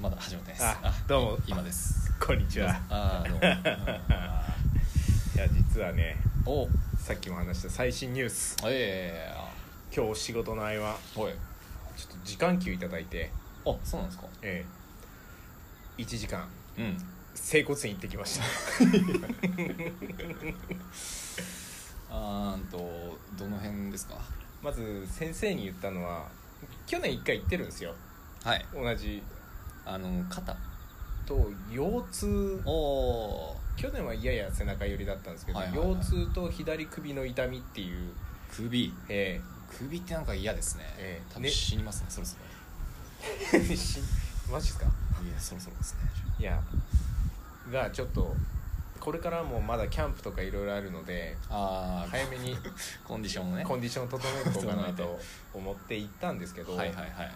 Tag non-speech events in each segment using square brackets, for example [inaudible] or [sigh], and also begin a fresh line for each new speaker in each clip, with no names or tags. まだ始まってないです
あどうも
い今です
こんにちは
あ
[laughs]
ーどうもあ
いや実はね
ーお
さっきも話した最新ニュース
え
今日仕事の合間
えはい
ちょっと時間給いただいて
あそうなんですか
ええ1時間
うん
整骨院行ってきました [laughs]
あーんとどの辺ですか
まず先生に言ったのは去年1回行ってるんですよ
はい
同じ
あの肩
と腰痛
おお
去年はやや背中寄りだったんですけど、
はいはいはい
腰痛と左首の痛みっていう
首
え
首ってなんか嫌ですね、
ええ
多分
ね
死にますねそろそ
え [laughs] しマジですか
ろいやそろそろですね
いやがちょっとこれからもまだキャンプとかいろいろあるので
ああ
早めに
コンディションを [laughs] ね
コンディションを整えておかない
整
と思って行ったんですけど、
はいはいはい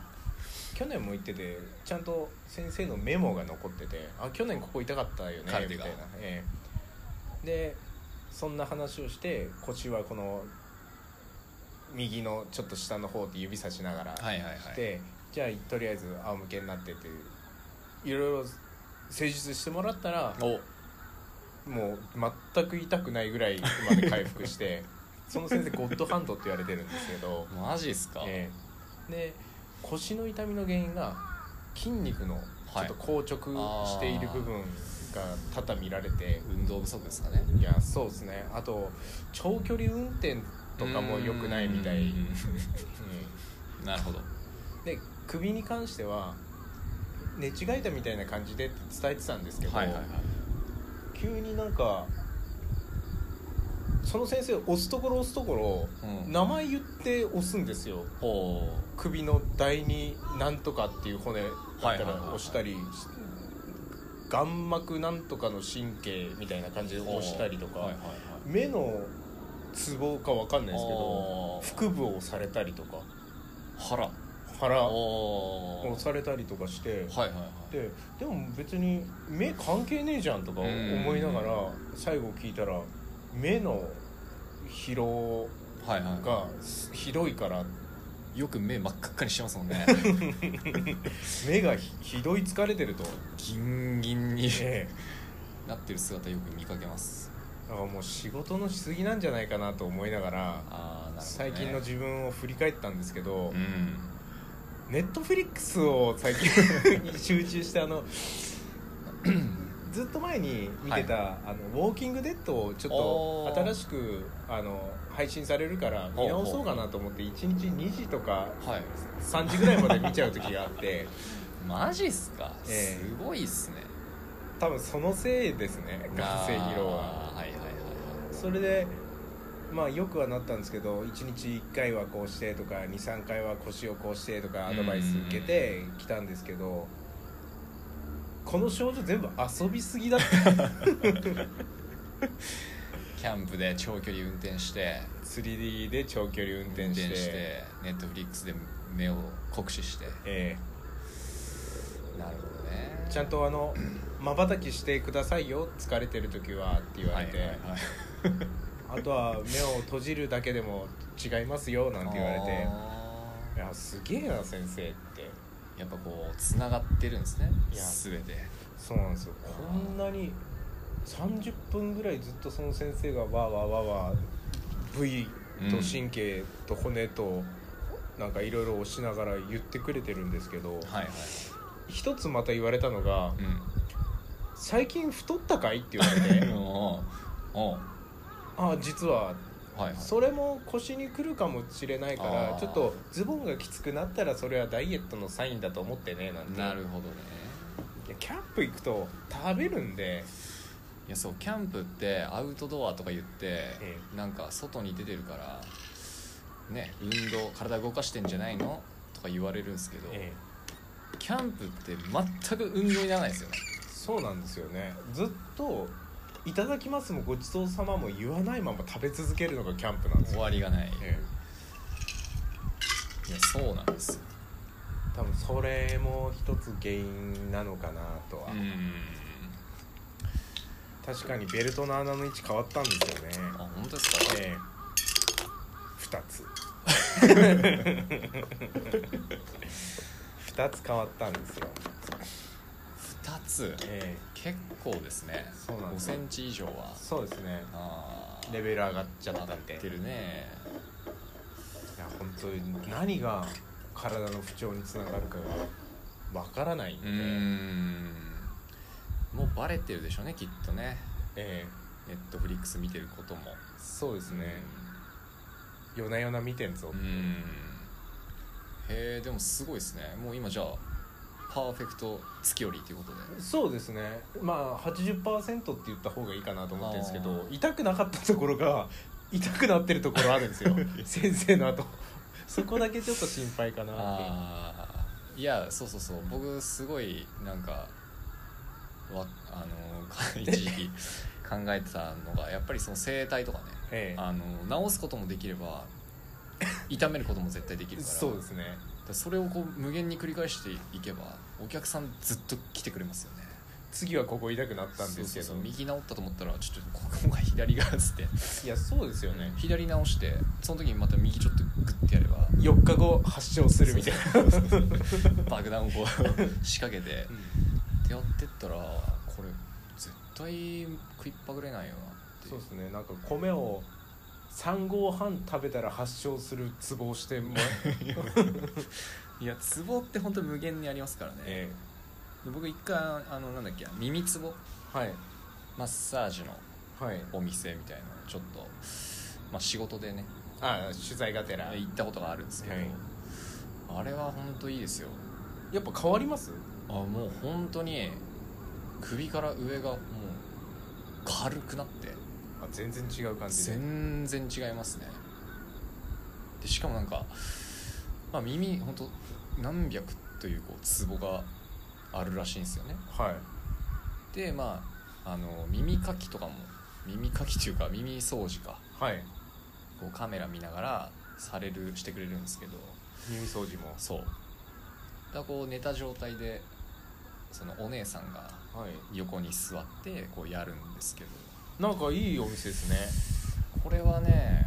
去年も行っててちゃんと先生のメモが残っててあ去年ここ痛かったよねみた
カル
い
テ
な
が、
ええでそんな話をして腰はこの右のちょっと下の方って指さしながら
はいはいはい
して、じゃあとりあえず仰向けになってっていろいろ施術してもらったら
お
もう全く痛くないぐらいまで回復して
[laughs]
その先生ゴッドハンドって言われてるんですけど、
マジですか、
ええで腰の痛みの原因が筋肉のちょっと硬直している部分が多々見られて、
運動不足ですかね
い、やそうですねあと長距離運転とかも良くないみたい、
うん [laughs]
うん
なるほど
で首に関しては寝違えたみたいな感じで伝えてたんですけど、
はいはいはい
急になんかその先生押すところ押すところ、
うん
名前言って押すんですよ
おー
首の第二なんとかっていう骨だった
はいはい
ら
はいはい
押したり、眼膜なんとかの神経みたいな感じで押したりとか、
はいはい
目のツボかわかんないですけ
お
ど
ー
腹部を押されたりとか
はい、
腹
腹
を
おー
押されたりとかして、
はいはいはい
ででも別に目関係ねえじゃんとか思いながら最後聞いたら目の疲労
はいはい
がひどいから
よく目真っ赤っかにしてますもん
[laughs]
ね
目がひひどい疲れてると、
ギンギンに
え
なってる姿よく見かけます
え、だからもう仕事のしすぎなんじゃないかなと思いながら
ああなるほど、ね、
最近の自分を振り返ったんですけど
うん
ネットフリックスを最近集中してあのずっと前に見てた「あのウォーキング・デッド」をちょ
お
っ
ー
と新しくあの配信されるから見直そうかなと思って1日2時とか
はい
3時ぐらいまで見ちゃう時があって
マジっすか、
ええ
すごいっすね
多分そのせいです
[laughs]
ね眼性疲労は。
あーはいはいはい
それでまあよくはなったんですけど1日1回はこうしてとか23回は腰をこうしてとかアドバイス受けてきたんですけどこの症状全部遊びすぎだった
[laughs] キャンプで長距離運転して
釣りで長距離運転して
ネットフリックスで目を酷使して
え
なるほどね
えちゃんとあのまばたきしてくださいよ疲れてる時はって言わ
は
れ
いはい
て、
はい
あとは目を閉じるだけでも違いますよなんて言われて
あー
いやすげえな先生って
やっぱこうつながってるんですね
いや
全て
そうなんですよこんなに30分ぐらいずっとその先生がわーわーわーわー部位と神経と骨となんかいろいろ押しながら言ってくれてるんですけど、
はいはい
一つまた言われたのが
う
「最近太ったかい?」って言わ
[laughs]
れ
ん
て
おうおう
「あ実は
はいはい
それも腰にくるかもしれないか
あ
ら
ー
ちょっとズボンがきつくなったらそれはダイエットのサインだと思ってね」なんて
なるほどね
いやキャンプ行くと食べるんで
いやそうキャンプってアウトドアとか言って
え
なんか外に出てるからね運動体動かしてんじゃないのとか言われるんですけど、
ええ
キャンプって全く運動にならないですよね
そうなんですよねずっと「いただきます」も「ごちそうさま」も言わないまま食べ続けるのがキャンプなんです
終
よ、
わりがない、
え
いやそうなんですよ
え多分それも一つ原因なのかなとは、
うん
確かにベルトの穴の位置変わったんですよね
あ本当ですか、
ええ2つ2つ変わったんですよ、
2つ
え
結構ですね
そうなん
5
です
センチ以上は
えそうですね
あー
レベル上がっちゃった
上が
ん
っ
で
てるね
いや本当に何が体の不調につながるかがわからないん
う
で、
ーんもうバレてるでしょうねきっとね
ええ
ネットフリックス見てることも
そうですね、夜な夜な見てんぞ、
うんへえでもすごいですねもう今じゃあパーフェクト月よりということで
そうですねまあ80%って言った方がいいかなと思ってるんですけ
あ
ど
ー
痛くなかったところが痛くなってるところある
[laughs]
んですよ先生の後そこだけちょっと心配かなって
ああいやそうそうそう僕すごいなんかわあ
[laughs]
の一時期考えてたのがやっぱりその整体とかね
ええ
あの治すこともできれ
[laughs]
ば痛めることも絶対できるから
そうですね
だからそれをこう無限に繰り返していけばお客さんずっと来てくれますよね
次はここ痛くなったんですけど
そうそうそう右治ったと思ったらちょっとここが左がっつ [laughs] って
いやそうですよね
左直してその時にまた右ちょっとグッてやれ [laughs] ば
4日後発症するみたいな
爆弾をこう [laughs] 仕掛けてってやってったらこれ絶対食いっぱぐれないよなってい
そうですねなんか米を3合半食べたら発症するツボをしてもら
[laughs] いやツボって本当無限にありますからね、
え
で僕一回あのなんだっけ耳ツボ
えはい
マッサージの
はい
お店みたいなのちょっと、まあ、仕事でね
あ取材がてら
行ったことがあるんですけど、
はい
あれは本当いいですよ
やっぱ変わります
あもう本当に首から上がもう軽くなって
あ全然違う感じで
全然違いますねでしかもなんか、まあ、耳本当何百というこうツボがあるらしいんですよね
はい
でまああの耳かきとかも耳かきというか耳掃除か
はい
こうカメラ見ながらされるしてくれるんですけど
耳掃除も
そうだからこう寝た状態でそのお姉さんが
はい
横に座ってこうやるんですけど
なんかいいお店ですね
これはね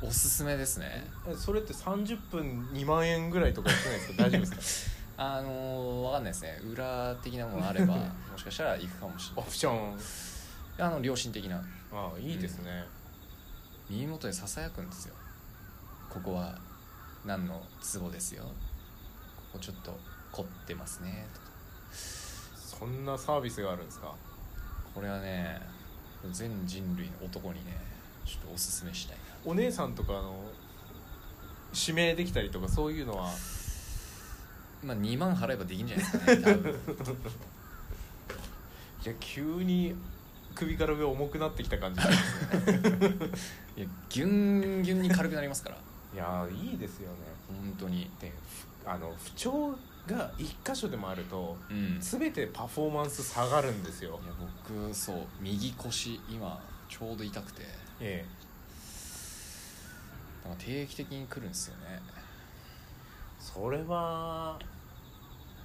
おすすめですね
えそれって30分2万円ぐらいとかしてないです
[laughs]
か大丈夫です
あのー、わかんないですね裏的なものあ [laughs] ればもしかしたら行くかもし
かオプション
れないあの良心的な
あいいですね、
耳元でささやくんですよここは何のツボですよここちょっと凝ってますねとか
そんなサービスがあるんですか
これはね全人類の男にねちょっとおすすめしたいな
お姉さんとかあの指名できたりとかそういうのは
まあ2万払えばできんじゃないですかね多分
いや急に首から上重くなってきた
[laughs]
感じい
いやギュンギュンに軽くなりますから
やいいですよね
本当に
でふあの不調が一箇所でもあると
うん
全てパフォーマンス下がるんですよ
いや僕そう右腰今ちょうど痛くて
え
なんか定期的に来るんですよね
えそれは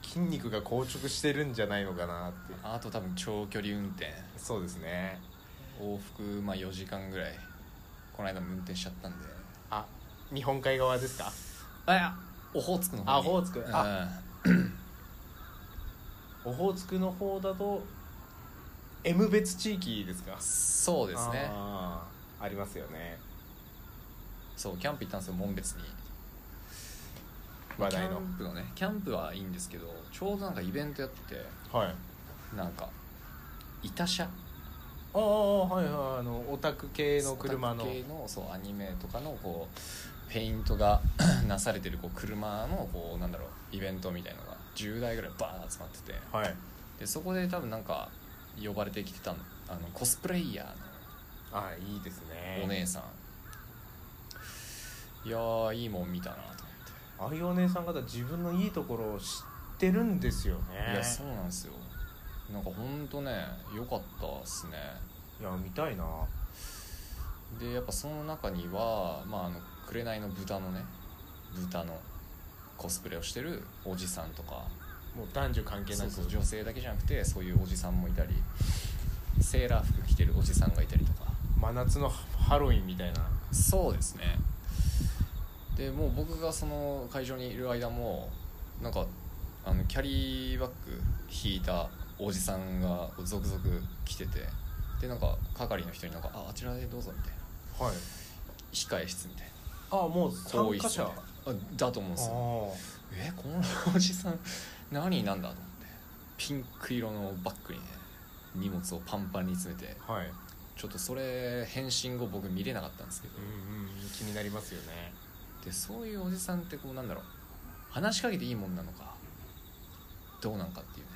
筋肉が硬直してるんじゃないのかなって
あと多分長距離運転
そうですね
往復まあ4時間ぐらいこの間も運転しちゃったんで
あ日本海側ですか
あいやオホーツクの方に
あオホーツク
うん
あオホーツクの方だと M 別地域ですか
そうですね
あーありますよね
そうキャンプ行ったんですよ紋別に
話題の
キャンプのねキャンプはいいんですけどちょうどなんかイベントやってて
はい
なんかイタシャ
ああはいはいあのオタク系の車の
オタク系のそうアニメとかのこうペイントが [coughs] なされてるこう車のこうなんだろうイベントみたいのが10台ぐらいバーン集まってて
はい
でそこで多分なんか呼ばれてきてたのあのコスプレイヤ
ああいいです
ー
ね
のお姉さん、いやーいいもん見たなと思って、
ああいうお姉さん方自分のいいところを知ってるんですよね
いやそうなんですよなんかほんとね良かったっすね
いや見たいな
でやっぱその中にはまああの紅の豚のね豚のコスプレをしてるおじさんとか
もう男女関係な
そう
く
そう女性だけじゃなくてそういうおじさんもいたりセーラー服着てるおじさんがいたりとか
真夏のハロウィンみたいな
そうですねでもう僕がその会場にいる間もなんかあのキャリーバッグ引いたおじさんが続々来ててでなんか係の人になんか「ああちらでどうぞ」みたいな
はい
控え室みたいな
あもう
更
参
衣
加
室
者
みたいなあだと思うんですよえこのおじさん何なんだと思ってピンク色のバッグにね荷物をパンパンに詰めて
あーはい、
ちょっとそれ返信後僕見れなかったんですけど
うんうん、気になりますよね
でそういうおじさんってこうなんだろう話しかけていいもんなのかどうなんかっていうね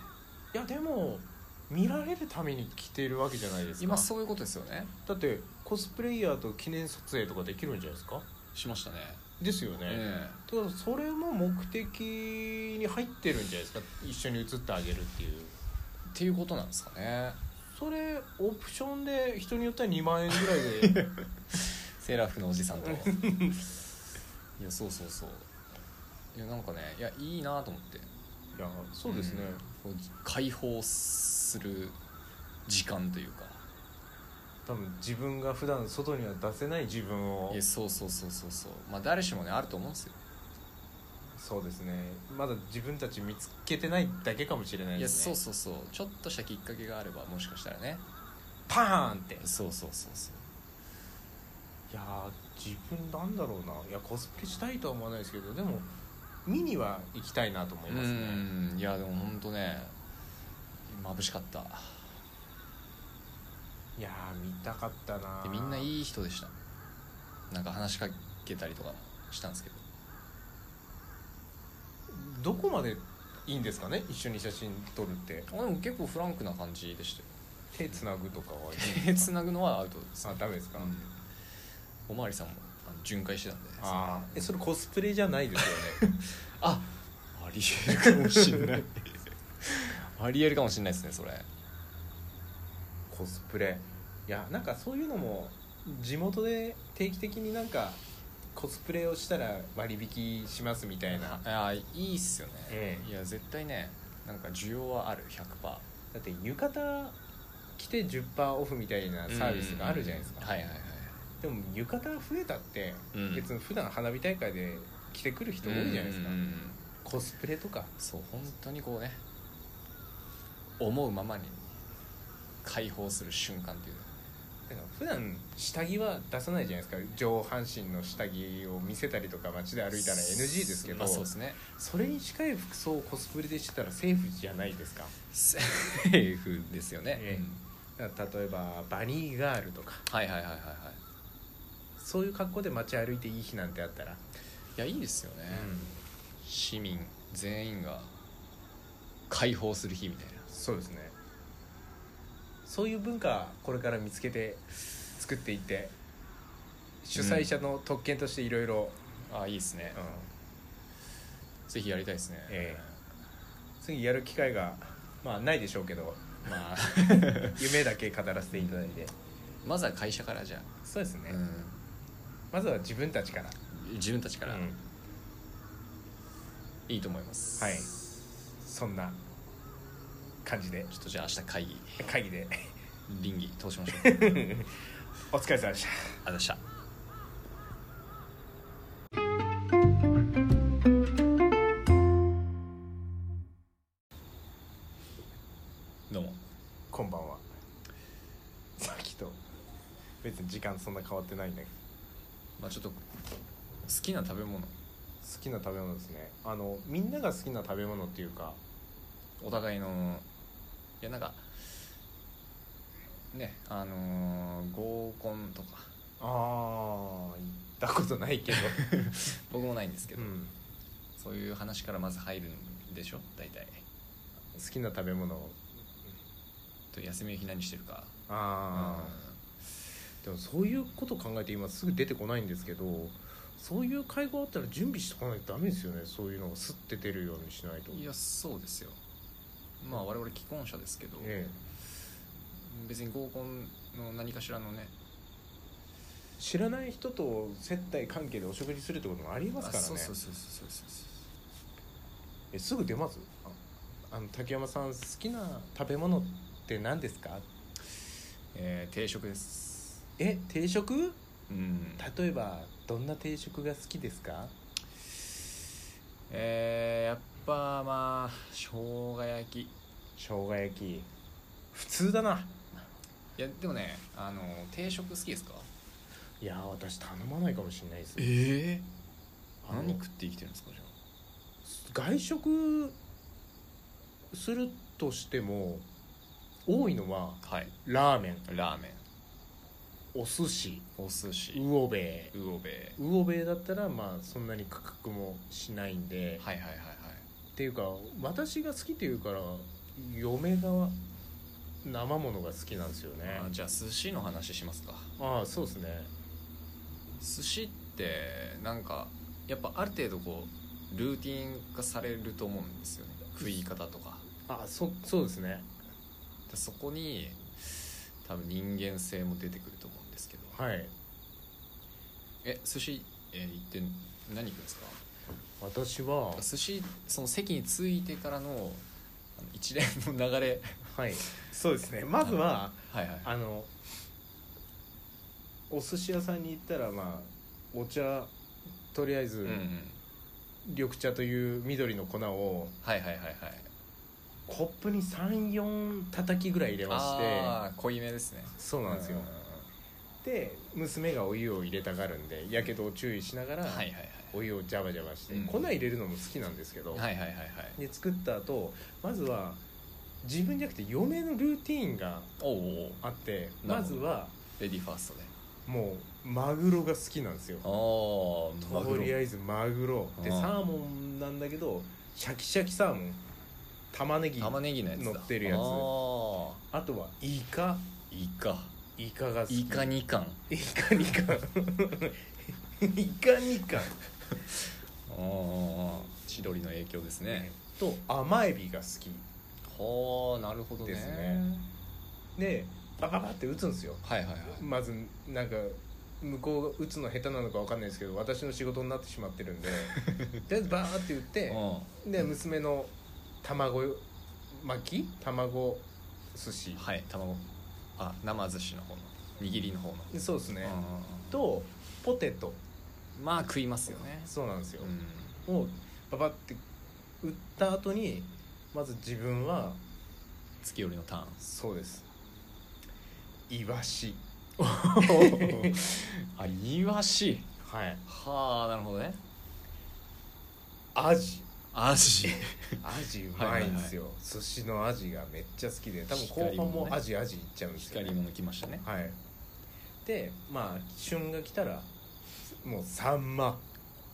いやでも見られるために着てるわけじゃないですか
今そういうことですよね
だってコスプレイヤーと記念撮影とかできるんじゃないですか
しましたね
ですよね、
え
ただそれも目的に入ってるんじゃないですか一緒に写ってあげるっていう
えっていうことなんですかね
それオプションで人によっては2万円ぐ [laughs] らいで
セーラー服のおじさ
[laughs]
んといやそうそうそういやなんかねいやいいなと思って
いやそうですね、
うんこう解放する時間というか
多分自分が普段外には出せない自分を
いやそうそうそうそうそうまあ誰しもねあると思うんですよ
そうですねまだ自分たち見つけてないだけかもしれない
い
で
や
すね
そうそうそうちょっとしたきっかけがあればもしかしたらね
パーンってい
そうそうそうそう
やー自分なんだろうないやコスプレしたいとは思わないですけどでも見には行きたいなと思いうますね
んいやでもほんとね眩しかった
いやー見たかったな
でみんないいい人でしたなんか話しかけたりとかしたんですけど
どこまでいいんですかね一緒に写真撮るって
あでも結構フランクな感じでしたよ [laughs]
手つなぐとかはいい
手つなぐのはアウトです、
あダメですか、
うんおまわりさんもあの巡回してたんで
ああえそれコスプレじゃないで
[laughs]
すよね
あありえるかもしんないありえるかもしんないですねそれ
コスプレいやなんかそういうのも地元で定期的になんかコスプレをしたら割引しますみたいな
あいいっすよね、
ええ
いや絶対ねなんか需要はある100%
だって浴衣着て10%オフみたいなサービスがあるじゃないですか、
はいはいはい
でも浴衣増えたって
うん
別に普段花火大会で着てくる人多いじゃないですか、
うんうんうん
コスプレとか
そう本当にこうね思うままに解放する瞬間っていうの
だから普段下着は出さないじゃないですか上半身の下着を見せたりとか街で歩いたら NG ですけど、
まあそうですね
それに近い服装をコスプレでしてたらセーフじゃないですか
セーフですよね、
ええだから例えばバニーガールとか
はいはいはいはいはい
そういう格好で街歩いていい日なんてあったら、
いやいいですよね、市民全員が解放する日みたいな
そうですねそういう文化これから見つけて作っていって主催者の特権としていろいろ
あいいですね、ぜひやりたいですね、
え次やる機会がまあないでしょうけど
[laughs] まあ
[laughs] 夢だけ語らせていただいて
まずは会社からじゃ
そうです
あ、
ね、
う
まずは自分たちから
ん、自分たちから
うん
いいと思います、
はいそんな感じで
ちょっとじゃあ明日会議
会議で
倫議通しましょうありがとう
お疲れ様でした
ございましたどうも
こんばんはさっきと別に時間そんな変わってないんだけど
まあちょっと好きな食べ物
好きな食べ物ですねあのみんなが好きな食べ物っていうか
お互いのいやなんかねあのー合コンとか
ああ行ったことない [laughs] けど、
僕もないんですけ
う
ど、
ん、
そういう話からまず入るんでしょ大体
好きな食べ物
と休みの日何してるか
ああ、でもそういうこと考えて今すぐ出てこないんですけどそういう会合あったら準備しとかないとダメですよねそういうのをすって出るようにしないと
うんいやそうですよまあ我々既婚者ですけど、
ええ
別に合コンの何かしらのね
知らない人と接待関係でお食事するってこともありますからね
そうそうそうそうそうそう
えすぐ出ますああの竹山さん好きな食べ物って何ですか
えー定食です
え定食
うん
例えばどんな定食が好きですか
えーやっぱまあ生姜焼きい
生姜焼き普通だな
やでもねあの定食好きですか
いやー私頼まないかもしれないです
ええ
あの
何食って生きてるんですかじゃ
外食するとしても多いのは
あはい
ラーメン
ラーメン
お寿司
お寿司
魚べ
うおべ
魚べだったらまあそんなに価格もしないんで、
はいはいはいはい
っていうか私が好きっていうから嫁が生ものが好きなんですよね
あじゃあ寿司の話しますか
ああそうですね
寿司ってなんかやっぱある程度こうルーティン化されると思うんですよね食い方とか
ああそそうですね
でそこに多分人間性も出てくると思うんですけど
はい
え寿司えー行って何行くんですか
私は
寿司その席に着いてからのあの一連の流れ
はい [laughs] そうですねまずは
はいはい
あのお寿司屋さんに行ったらまあお茶とりあえ
う
ず
んうん
緑茶という緑の粉を
はいはいはいはい
コップに34叩きぐらい入れまして
ああ濃いめですね
そうなんですよ
うんうんうん
で娘がお湯を入れたがるんでやけどを注意しながら、
はいはいはい
お湯をジャバジャバして、
うん
粉入れるのも好きなんですけど、
はいはいはいはい
で作った後まずは自分じゃなくて嫁のルーティーンが
おうおう
あって
な
ま
るほ
ず
ど
は
レディーファーストで
もうマグロが好きなんですよ
おマ
と
グロ
りあえずマグロで
うん
サーモンなんだけどシャキシャキサーモン玉ねぎ
玉ねぎのやつだ
乗ってるや
あ
つ
ー
あとはイカ
イカ
イカが好き
イカ2貫
イカニカ [laughs] イカニカ
あー千鳥の影響ですね
と甘エビが好き
はあなるほどね
ですねでバババって打つんですよ
はいはいはい
まずなんか向こうが打つの下手なのか分かんないですけど私の仕事になってしまって [laughs] るんでとりあえずバーって打っ
うん
てで娘の卵巻き卵寿司
はい卵あ生寿司の方の握りの方の、
でそうですね
うんうん
とポテト
うんまあ食いますよね
そうなんですよ
う、ん
をババって打った後にまず自分は
月寄りのターン
そうですイ
[laughs]
ワシ
あイワシ
はい
はあなるほどね
アジ
アジ
アジうまいんですよ、寿司のアジがめっちゃ好きで多分後
光もね
半もアジアジいっちゃうんですよ、
光り物来ましたね
はいでまあ旬が来たらもうサンマ、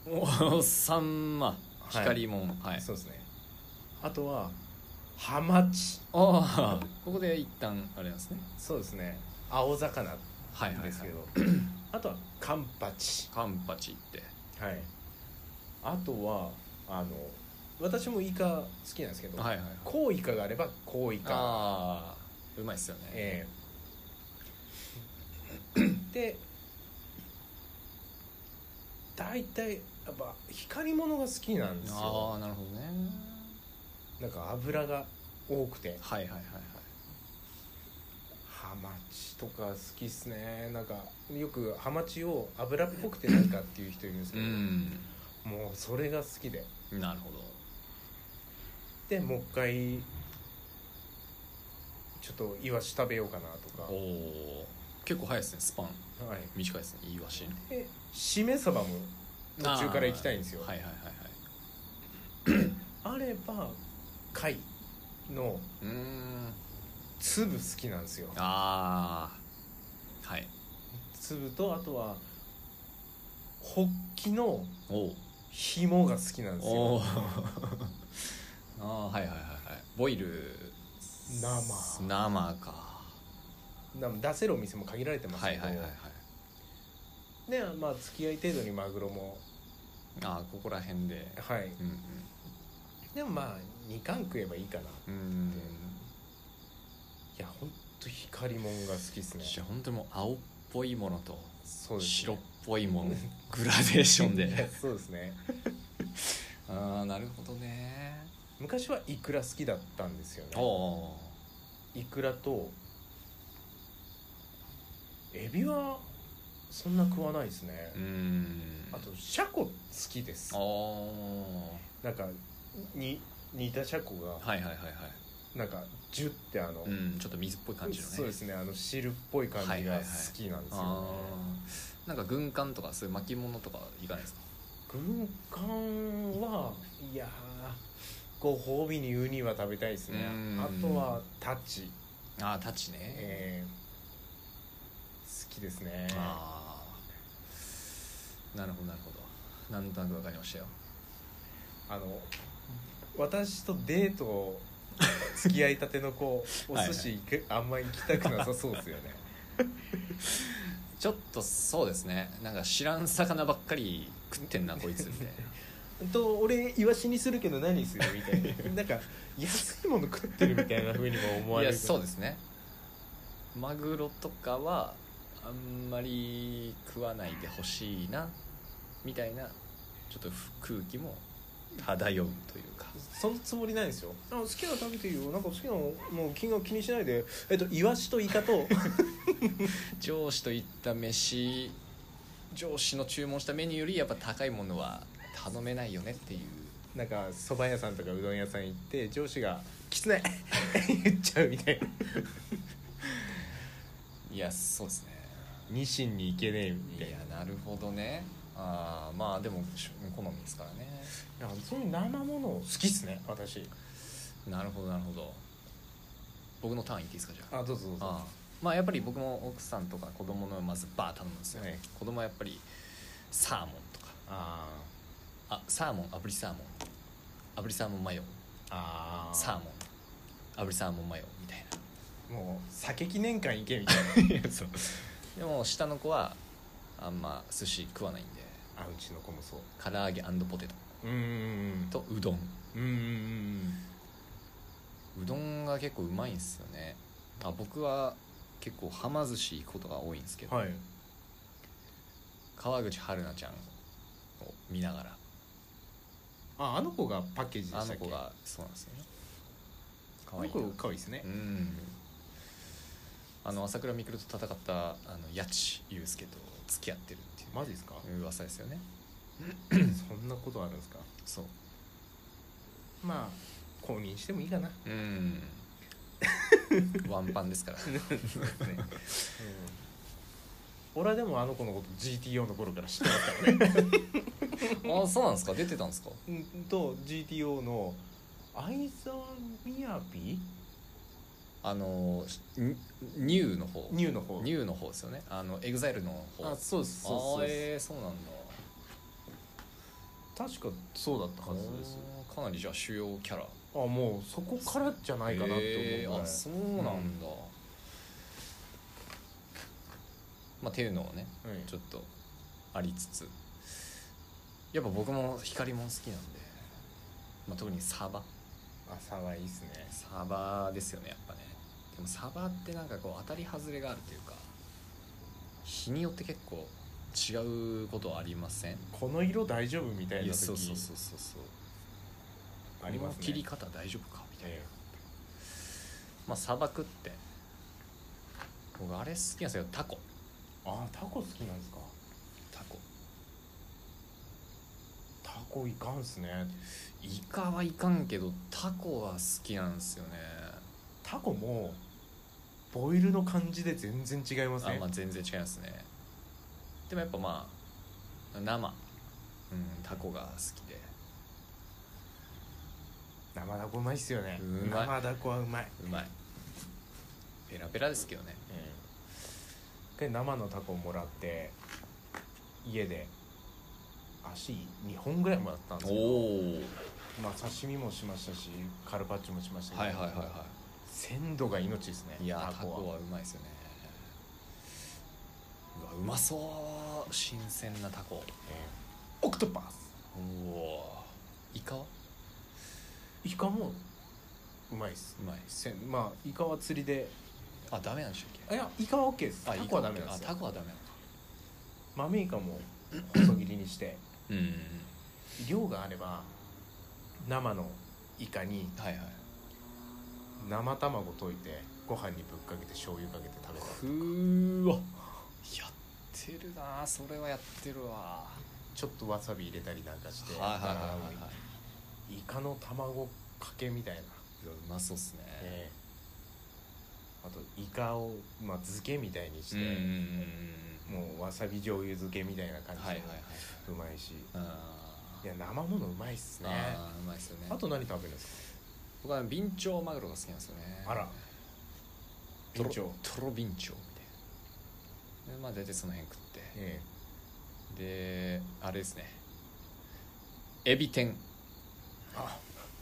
おサンマ
い
光り物はい、
そうですねあとはハマチ
ああここで一旦あれなんですね
そうですね青魚
はいはい、はい、
ですけど、あとはカンパチ
カンパチって
はいあとはあの私もイカ好きなんですけど、
はいはいはい
コウイカがあればコウイカ
ああうまいっすよね、
ええで大体やっぱ光り物が好きなんです
あ
よ
あなるほどね
なんか油が多くて
はいはいはいはい
ハマチとか好きっすねなんかよくハマチを油っぽくてなんかっていう人いるんですけ
う
ど、
ん
もうそれが好きで
なるほど
でもう一回ちょっとイワシ食べようかなと
お
か、は
お結構早いですねスパン
い、
短いですねいいわし
でしめ鯖も途中から行きたいんですよ
はいはいはいはい
あれば貝の
うーん
粒好きなんですよ
ああはい
粒とあとはホッキの
おう
紐が好きなんです
お
よ
お [laughs] ああはいはいはいはいボイル
生
生か
な出せるお店も限られてます
は
け
い
ど、
はいはいはい
ねまあ付き合い程度にマグロも
ああここら辺で
は
う
い
ん
でもまあ2貫食えばいいかない
うんうん
やほんと光りもんが好きですね
じゃあ本当にもう青っぽいものと
そうです
白っぽいものグラデーション
いや
で
そう [laughs] ですね
ああなるほどね
昔はイクラ好きだったんですよ
おお
ねイクラとエビはそんな食わないですね、
うーん
あとシャコ好きです
ああ
なんかに似た車庫が
はいはいはいはい
なんかジュってあの、
うんちょっと水っぽい感じのね
そうですねあの汁っぽい感じが好きなんですよ、ね
あーなんか軍艦とかそういう巻物とかいかないですか
軍艦はいやーご褒美にウニは食べたいですね
うん
あとはタチ、
ああタチね、
えー好きですね
ああなるほどなるほどなんとなく分かりましたよ
あの私とデートを付き合いたての子 [laughs] お寿司行くあんま行きたくなさそうですよね
ちょっとそうですねなんか知らん魚ばっかり食ってんなこい [laughs] つみたいな
[laughs] と俺イワシにするけど何するみたいな [laughs] なんか安いもの食ってるみたいなふうにも思わ
い
れ
や
る
そうですねマグロとかはあんまり食わないでほしいなみたいなちょっと空気も漂うというか
そのつもりないんですよあ好きなの食べていいよなんか好きなのもう金額気にしないでえっとイワシとイカと
上司といった飯上司の注文したメニューよりやっぱ高いものは頼めないよねっていう
[laughs] なんか蕎麦屋さんとかうどん屋さん行って上司が「きつね [laughs] 言っちゃうみたいない
やそうですね
ニシンに行けねえみ
い
たい
や
ない
なるほどねああまあでもし好みですからね
やそういう生もの好きっすね私
なるほどなるほど僕のターンいっていいですかじゃあ
あどうぞどう
ああまあやっぱり僕も奥さんとか子供のまずバー頼むんですよ、
はい
子供はやっぱりサーモンとか
あ
あサーモン炙りサーモン炙りサーモンマヨ
ーあ
サー
さ
モン炙りサーモンマヨみたいな
あもう酒記念館行けみたいな
そうでも下の子はあんま寿司食わないんで
[laughs] あうちの子もそう
唐揚げポテト
うーん
とうどん
うーん
うどんが結構うまいんですよねあ僕は結構はま寿司行くことが多いんですけど、
はい
川口春奈ちゃんを見ながら
ああの子がパッケージで
あ
した
の
っけ
子がそうなんですよねか
あ
わ
の
いい
子
な
可愛いですね
うんあの朝倉未来と戦ったあの八千祐介と付き合ってるって
マジですか
いう噂ですよね
そんなことあるんですか
そう
まあ公認してもいいかな、
うんワンパンですから
俺はでもあの子のこと GTO の頃から知ってますからね
あそうなんですか出てたんですか
[laughs] うんと GTO の相沢みやび
あのしニニューの方
ニューの方
ニューの方ですよねあのエグザイルの方
あそうですそう
あー
です
えーそうなんだ
確かそうだったはずです
おーかなりじゃあ主要キャラ
あもうそこからじゃないかなって
え
思
ー
うぐら
あ
い
そうなんだ、まあっていうのをね
はい
ちょっとありつつやっぱ僕も光もん好きなんで、まあ、特にサバ
朝はいいっすね
サバですよねやっぱねでもサバってなんかこう当たり外れがあるというか日によって結構違うことありません
この色大丈夫みたい
い
な
や
時
そうそうそうそうそう
ありま
こ
す
の切り
ね
方大丈夫かみたいな、
え
まあ砂漠って僕あれ好きなんですよタコ
えあタコ好きなんですか
タコ
タコいかんっすね
イカはいかんけどタコは好きなんですよね
タコもボイルの感じで全然違います
あ
ね、
まあ全然違いますねでもやっぱまあ生、うん、タコが好きで
生ダコうまいっすよね
うまい
生ダコはうまい、
うまいペラペラですけどね
で生のタコをもらって家で足2本ぐらいもらったんですけど、
お
まあ、刺身もしましたしカルパッチョもしましたけど、
はいはいはいは
鮮度が命ですね
いいや
タ
タ
コは
コはうまいですよねうわうまそう新鮮なタコ
ええオクトパス
おおイカは
イカもうまいっす
うまい
せんまあイカは釣りで
あダメなんでしたっ
あいやイカは OK です
け
タ
あ
コはダメなんです
あ
よ
タコはダメなのか
豆イカも細切りにして
うんうん
量があれば生のイカに
うんはいはい
生卵溶いてご飯にぶっかけて醤油かけて食べた
ふーわやってるなそれはやってるわは
ちょっとわさび入れたりなんかし
い
て
はいはい
バナナ
はい
も
はい
イカの卵かけみたいな、
いやうまそうっすね
ねあとイカを、まあ、漬けみたいにして、
うんうん
もうわさび醤油漬けみたいな
う
感
ん
じ
はいはいはいう
まいし
あ
いや生ものうまいっす
ー
ね
あーうまいっすよね
あと何食べるんです
僕はビンチョウマグロが好きなんですよね
かあら
トロ
ビンチョウ
トロビンチョウみたいなでまあ大体その辺食って、
え
であれですねエビ天
えあ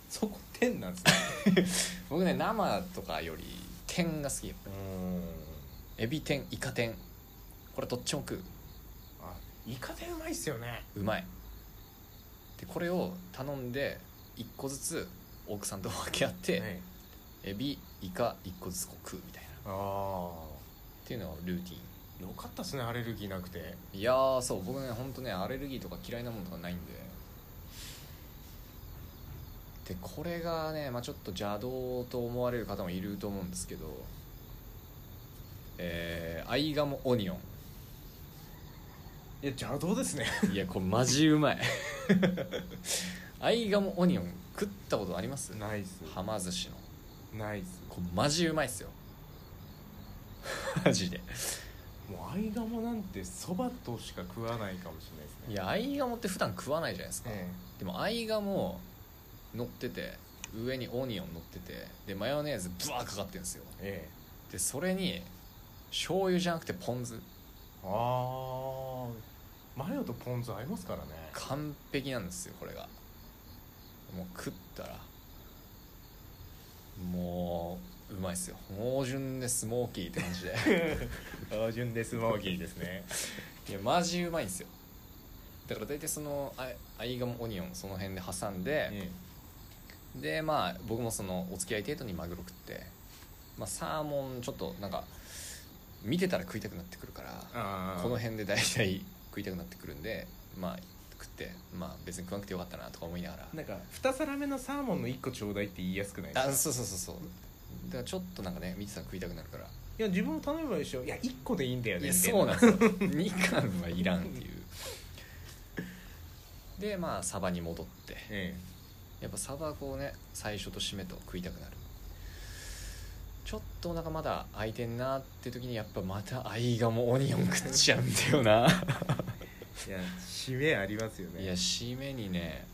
そこ天なんですね
僕ね生とかより天が好きよ
うーん
エビ天イカ天これどっちも食
あイカ天うまいっすよね
ううまいでこれを頼んで1個ずつ奥さんと分け合って、
ええ
エビイカ1個ずつこう食うみたいなっ
あ
ていうのがルーティ
あよかったっすねアレルギーなくて
ンいやーそう僕ねほんとねアレルギーとか嫌いなものとかないんででこれがね、まあ、ちょっと邪道と思われる方もいると思うんですけどえー、アイガモオニオン
いや邪道ですね
[laughs] いやこれマジうまい [laughs] アイガモオニオン食ったことあります
ナイス
はま寿司の
ナイス
これマジうまいっす [laughs] よマジで
もうアイガモなんてそばとしか食わないかもしれないですね
いやアイガモって普段食わないじゃないですか、
え
でもアイガモ乗ってて上にオニオン乗っててでマヨネーズブワーかかってるんですよ
えええ
でそれに醤油じゃなくてポン酢
ああマヨとポン酢合いますからね
[laughs] 完璧なんですよこれがもう食ったらもううまいっすよ芳醇でスモーキーって感じで [laughs]
芳醇でスモーキーですね
いやマジうまいんですよだから大体そのあアイガモオニオンその辺で挟んで、
え
でまあ僕もそのお付き合い程度にマグロ食って、まあ、サーモンちょっとなんか見てたら食いたくなってくるから
あ
この辺で大体 [laughs] 食いたくなってくるんでまあ食ってまあ別に食わなくてよかったなとか思いながら
なんか2皿目のサーモンの1個ちょうだいって言いやすくないです
あ
か
そうそうそうそうだからちょっとなんかね見てたら食いたくなるから
いや自分も頼めばいいでしょいや1個でいいんだよ
い
ね
や
みたい
そうなんですよ2貫はいらんっていうでまあサバに戻って
え
やっぱサバこうね最初と締めと食いたくなるちょっとお腹まだ空いてんなって時にやっぱまたアイガモオニオン食っちゃうんだよな
えいや締めありますよ
[laughs]
ね
いや締めにね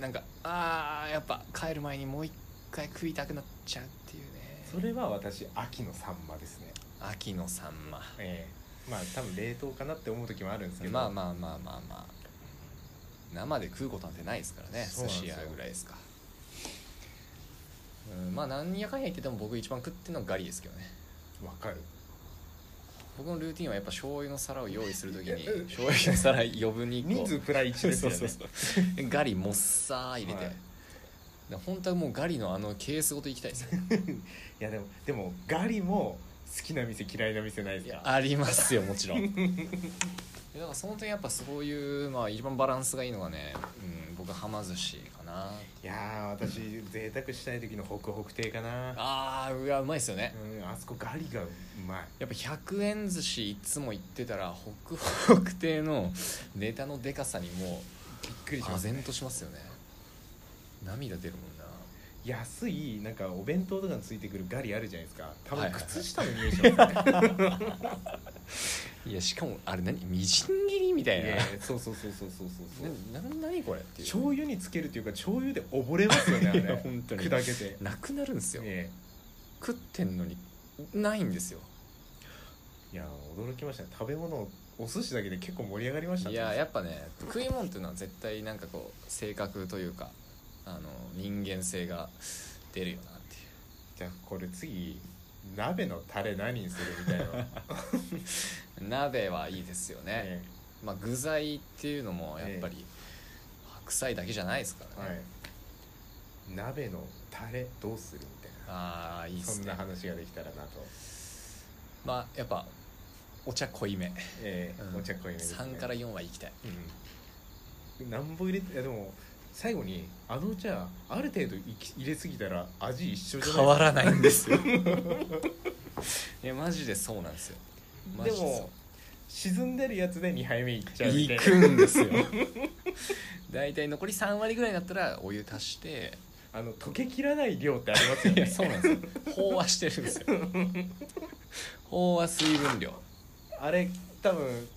なんかあーやっぱ帰る前にもう一回食いたくなっちゃうっていう
そ
ね
れは私秋のサンマですね
秋のサンマ
ええまあ多分冷凍かなって思う時もあるんですけど
まあまあまあまあまあ生で食うことなんてないですからね
そう
寿
なん
司
ですよ
屋ぐらいですかうんまあ何やかんや言ってても僕一番食ってるのはガリですけどね
わかる
僕のルーティンはやっぱ醤油の皿を用意するときに醤油の皿余分に
人数プライ1
そう
です
そ
よ
うそ
ね
うガリもっさー入れて、
はい
で本当はもうガリのあのケースごといきたいですね
いやでもでもガリも好きな店嫌いな店な
[laughs] い
いです
や
か
ありますよもちろんいやだからその点やっぱそういう、まあ、一番バランスがいいのがね、うん、僕ははま寿司か [laughs] ない
やー私贅沢したい時のホクホク亭かな
あーうわうまいっすよね
うんあそこガリがうまい
やっぱ100円寿司いつも行ってたらホクホク亭のネタのでかさにも
びっくりし
う唖
ます
然としますよね涙出るもんな
安いなんかお弁当とかについてくるガリあるじゃないですか多
はい [laughs] はい
分
はい
靴下の匂いしますね
いやしかもあれ何みじん切りみたい
い
な
やいやそうそうそうそうそうそうそう
なな何これっていう
醤油につけるっていうか醤油で溺れますよねあ
いや
れ
本当に
砕けて
なくなるんですよ、
え
食ってんのにないんですよ
えいや驚きましたね食べ物お寿司だけで結構盛り上がりましたね
いややっぱね食い物っていうのは絶対なんかこう性格というかあの人間性が出るよなっていう
じゃあこれ次鍋のタレ何にするみたいな、
[laughs] 鍋はいいですよね、
え
まあ、具材っていうのもやっぱり白菜だけじゃないですか
え
ら
は
ね、
い鍋のタレどうするみたいな
ああいいっ
そ
す
んな
ね
話ができたらなと、
まあやっぱお茶濃いめ、
ええ
うん
お茶濃いめです、ね、
3から4はいきたい
うん何本入れていやでも最後にあのお茶ある程度いき入れすぎたら味一緒じゃない
変わらない [laughs] んですよいやマジでそうなんですよマ
で
ジそう
も沈んでるやつで2杯目いっちゃうみたい
行く
な
んですよ [laughs] 大体残り3割ぐらいになったらお湯足して
あの溶けきらない量ってありますよ
いや
ね
そうなんですよ飽和してるんです
[laughs]
よ飽和水分量
あれ多分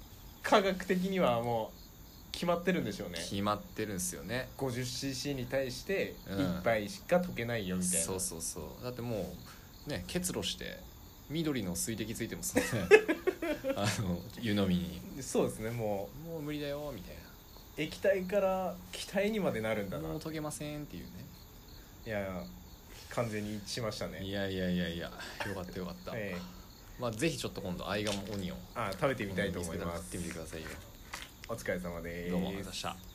科学的にはもう決まってるんでしょうね
決まってるんですよね
50cc に対して
うん
1杯しか溶けないよみたいな、
そうそうそうだってもうね結露して緑の水滴ついて [laughs] ますもんねあの湯飲みに
そうですねも
もう無理だよみたいう
液体から気体にまでなるんだ
な
な
もう溶けませんっていうね
いや完全に一致しました
い
ね
やいやいやいやよかったよかった、
ええ
まあぜひちょっと今度アイガモオニオン
あ食べてみたいと思い
見つけ
ま
たら食ってみて
す
くださいよ
お疲れ様です
どうもありがとうございました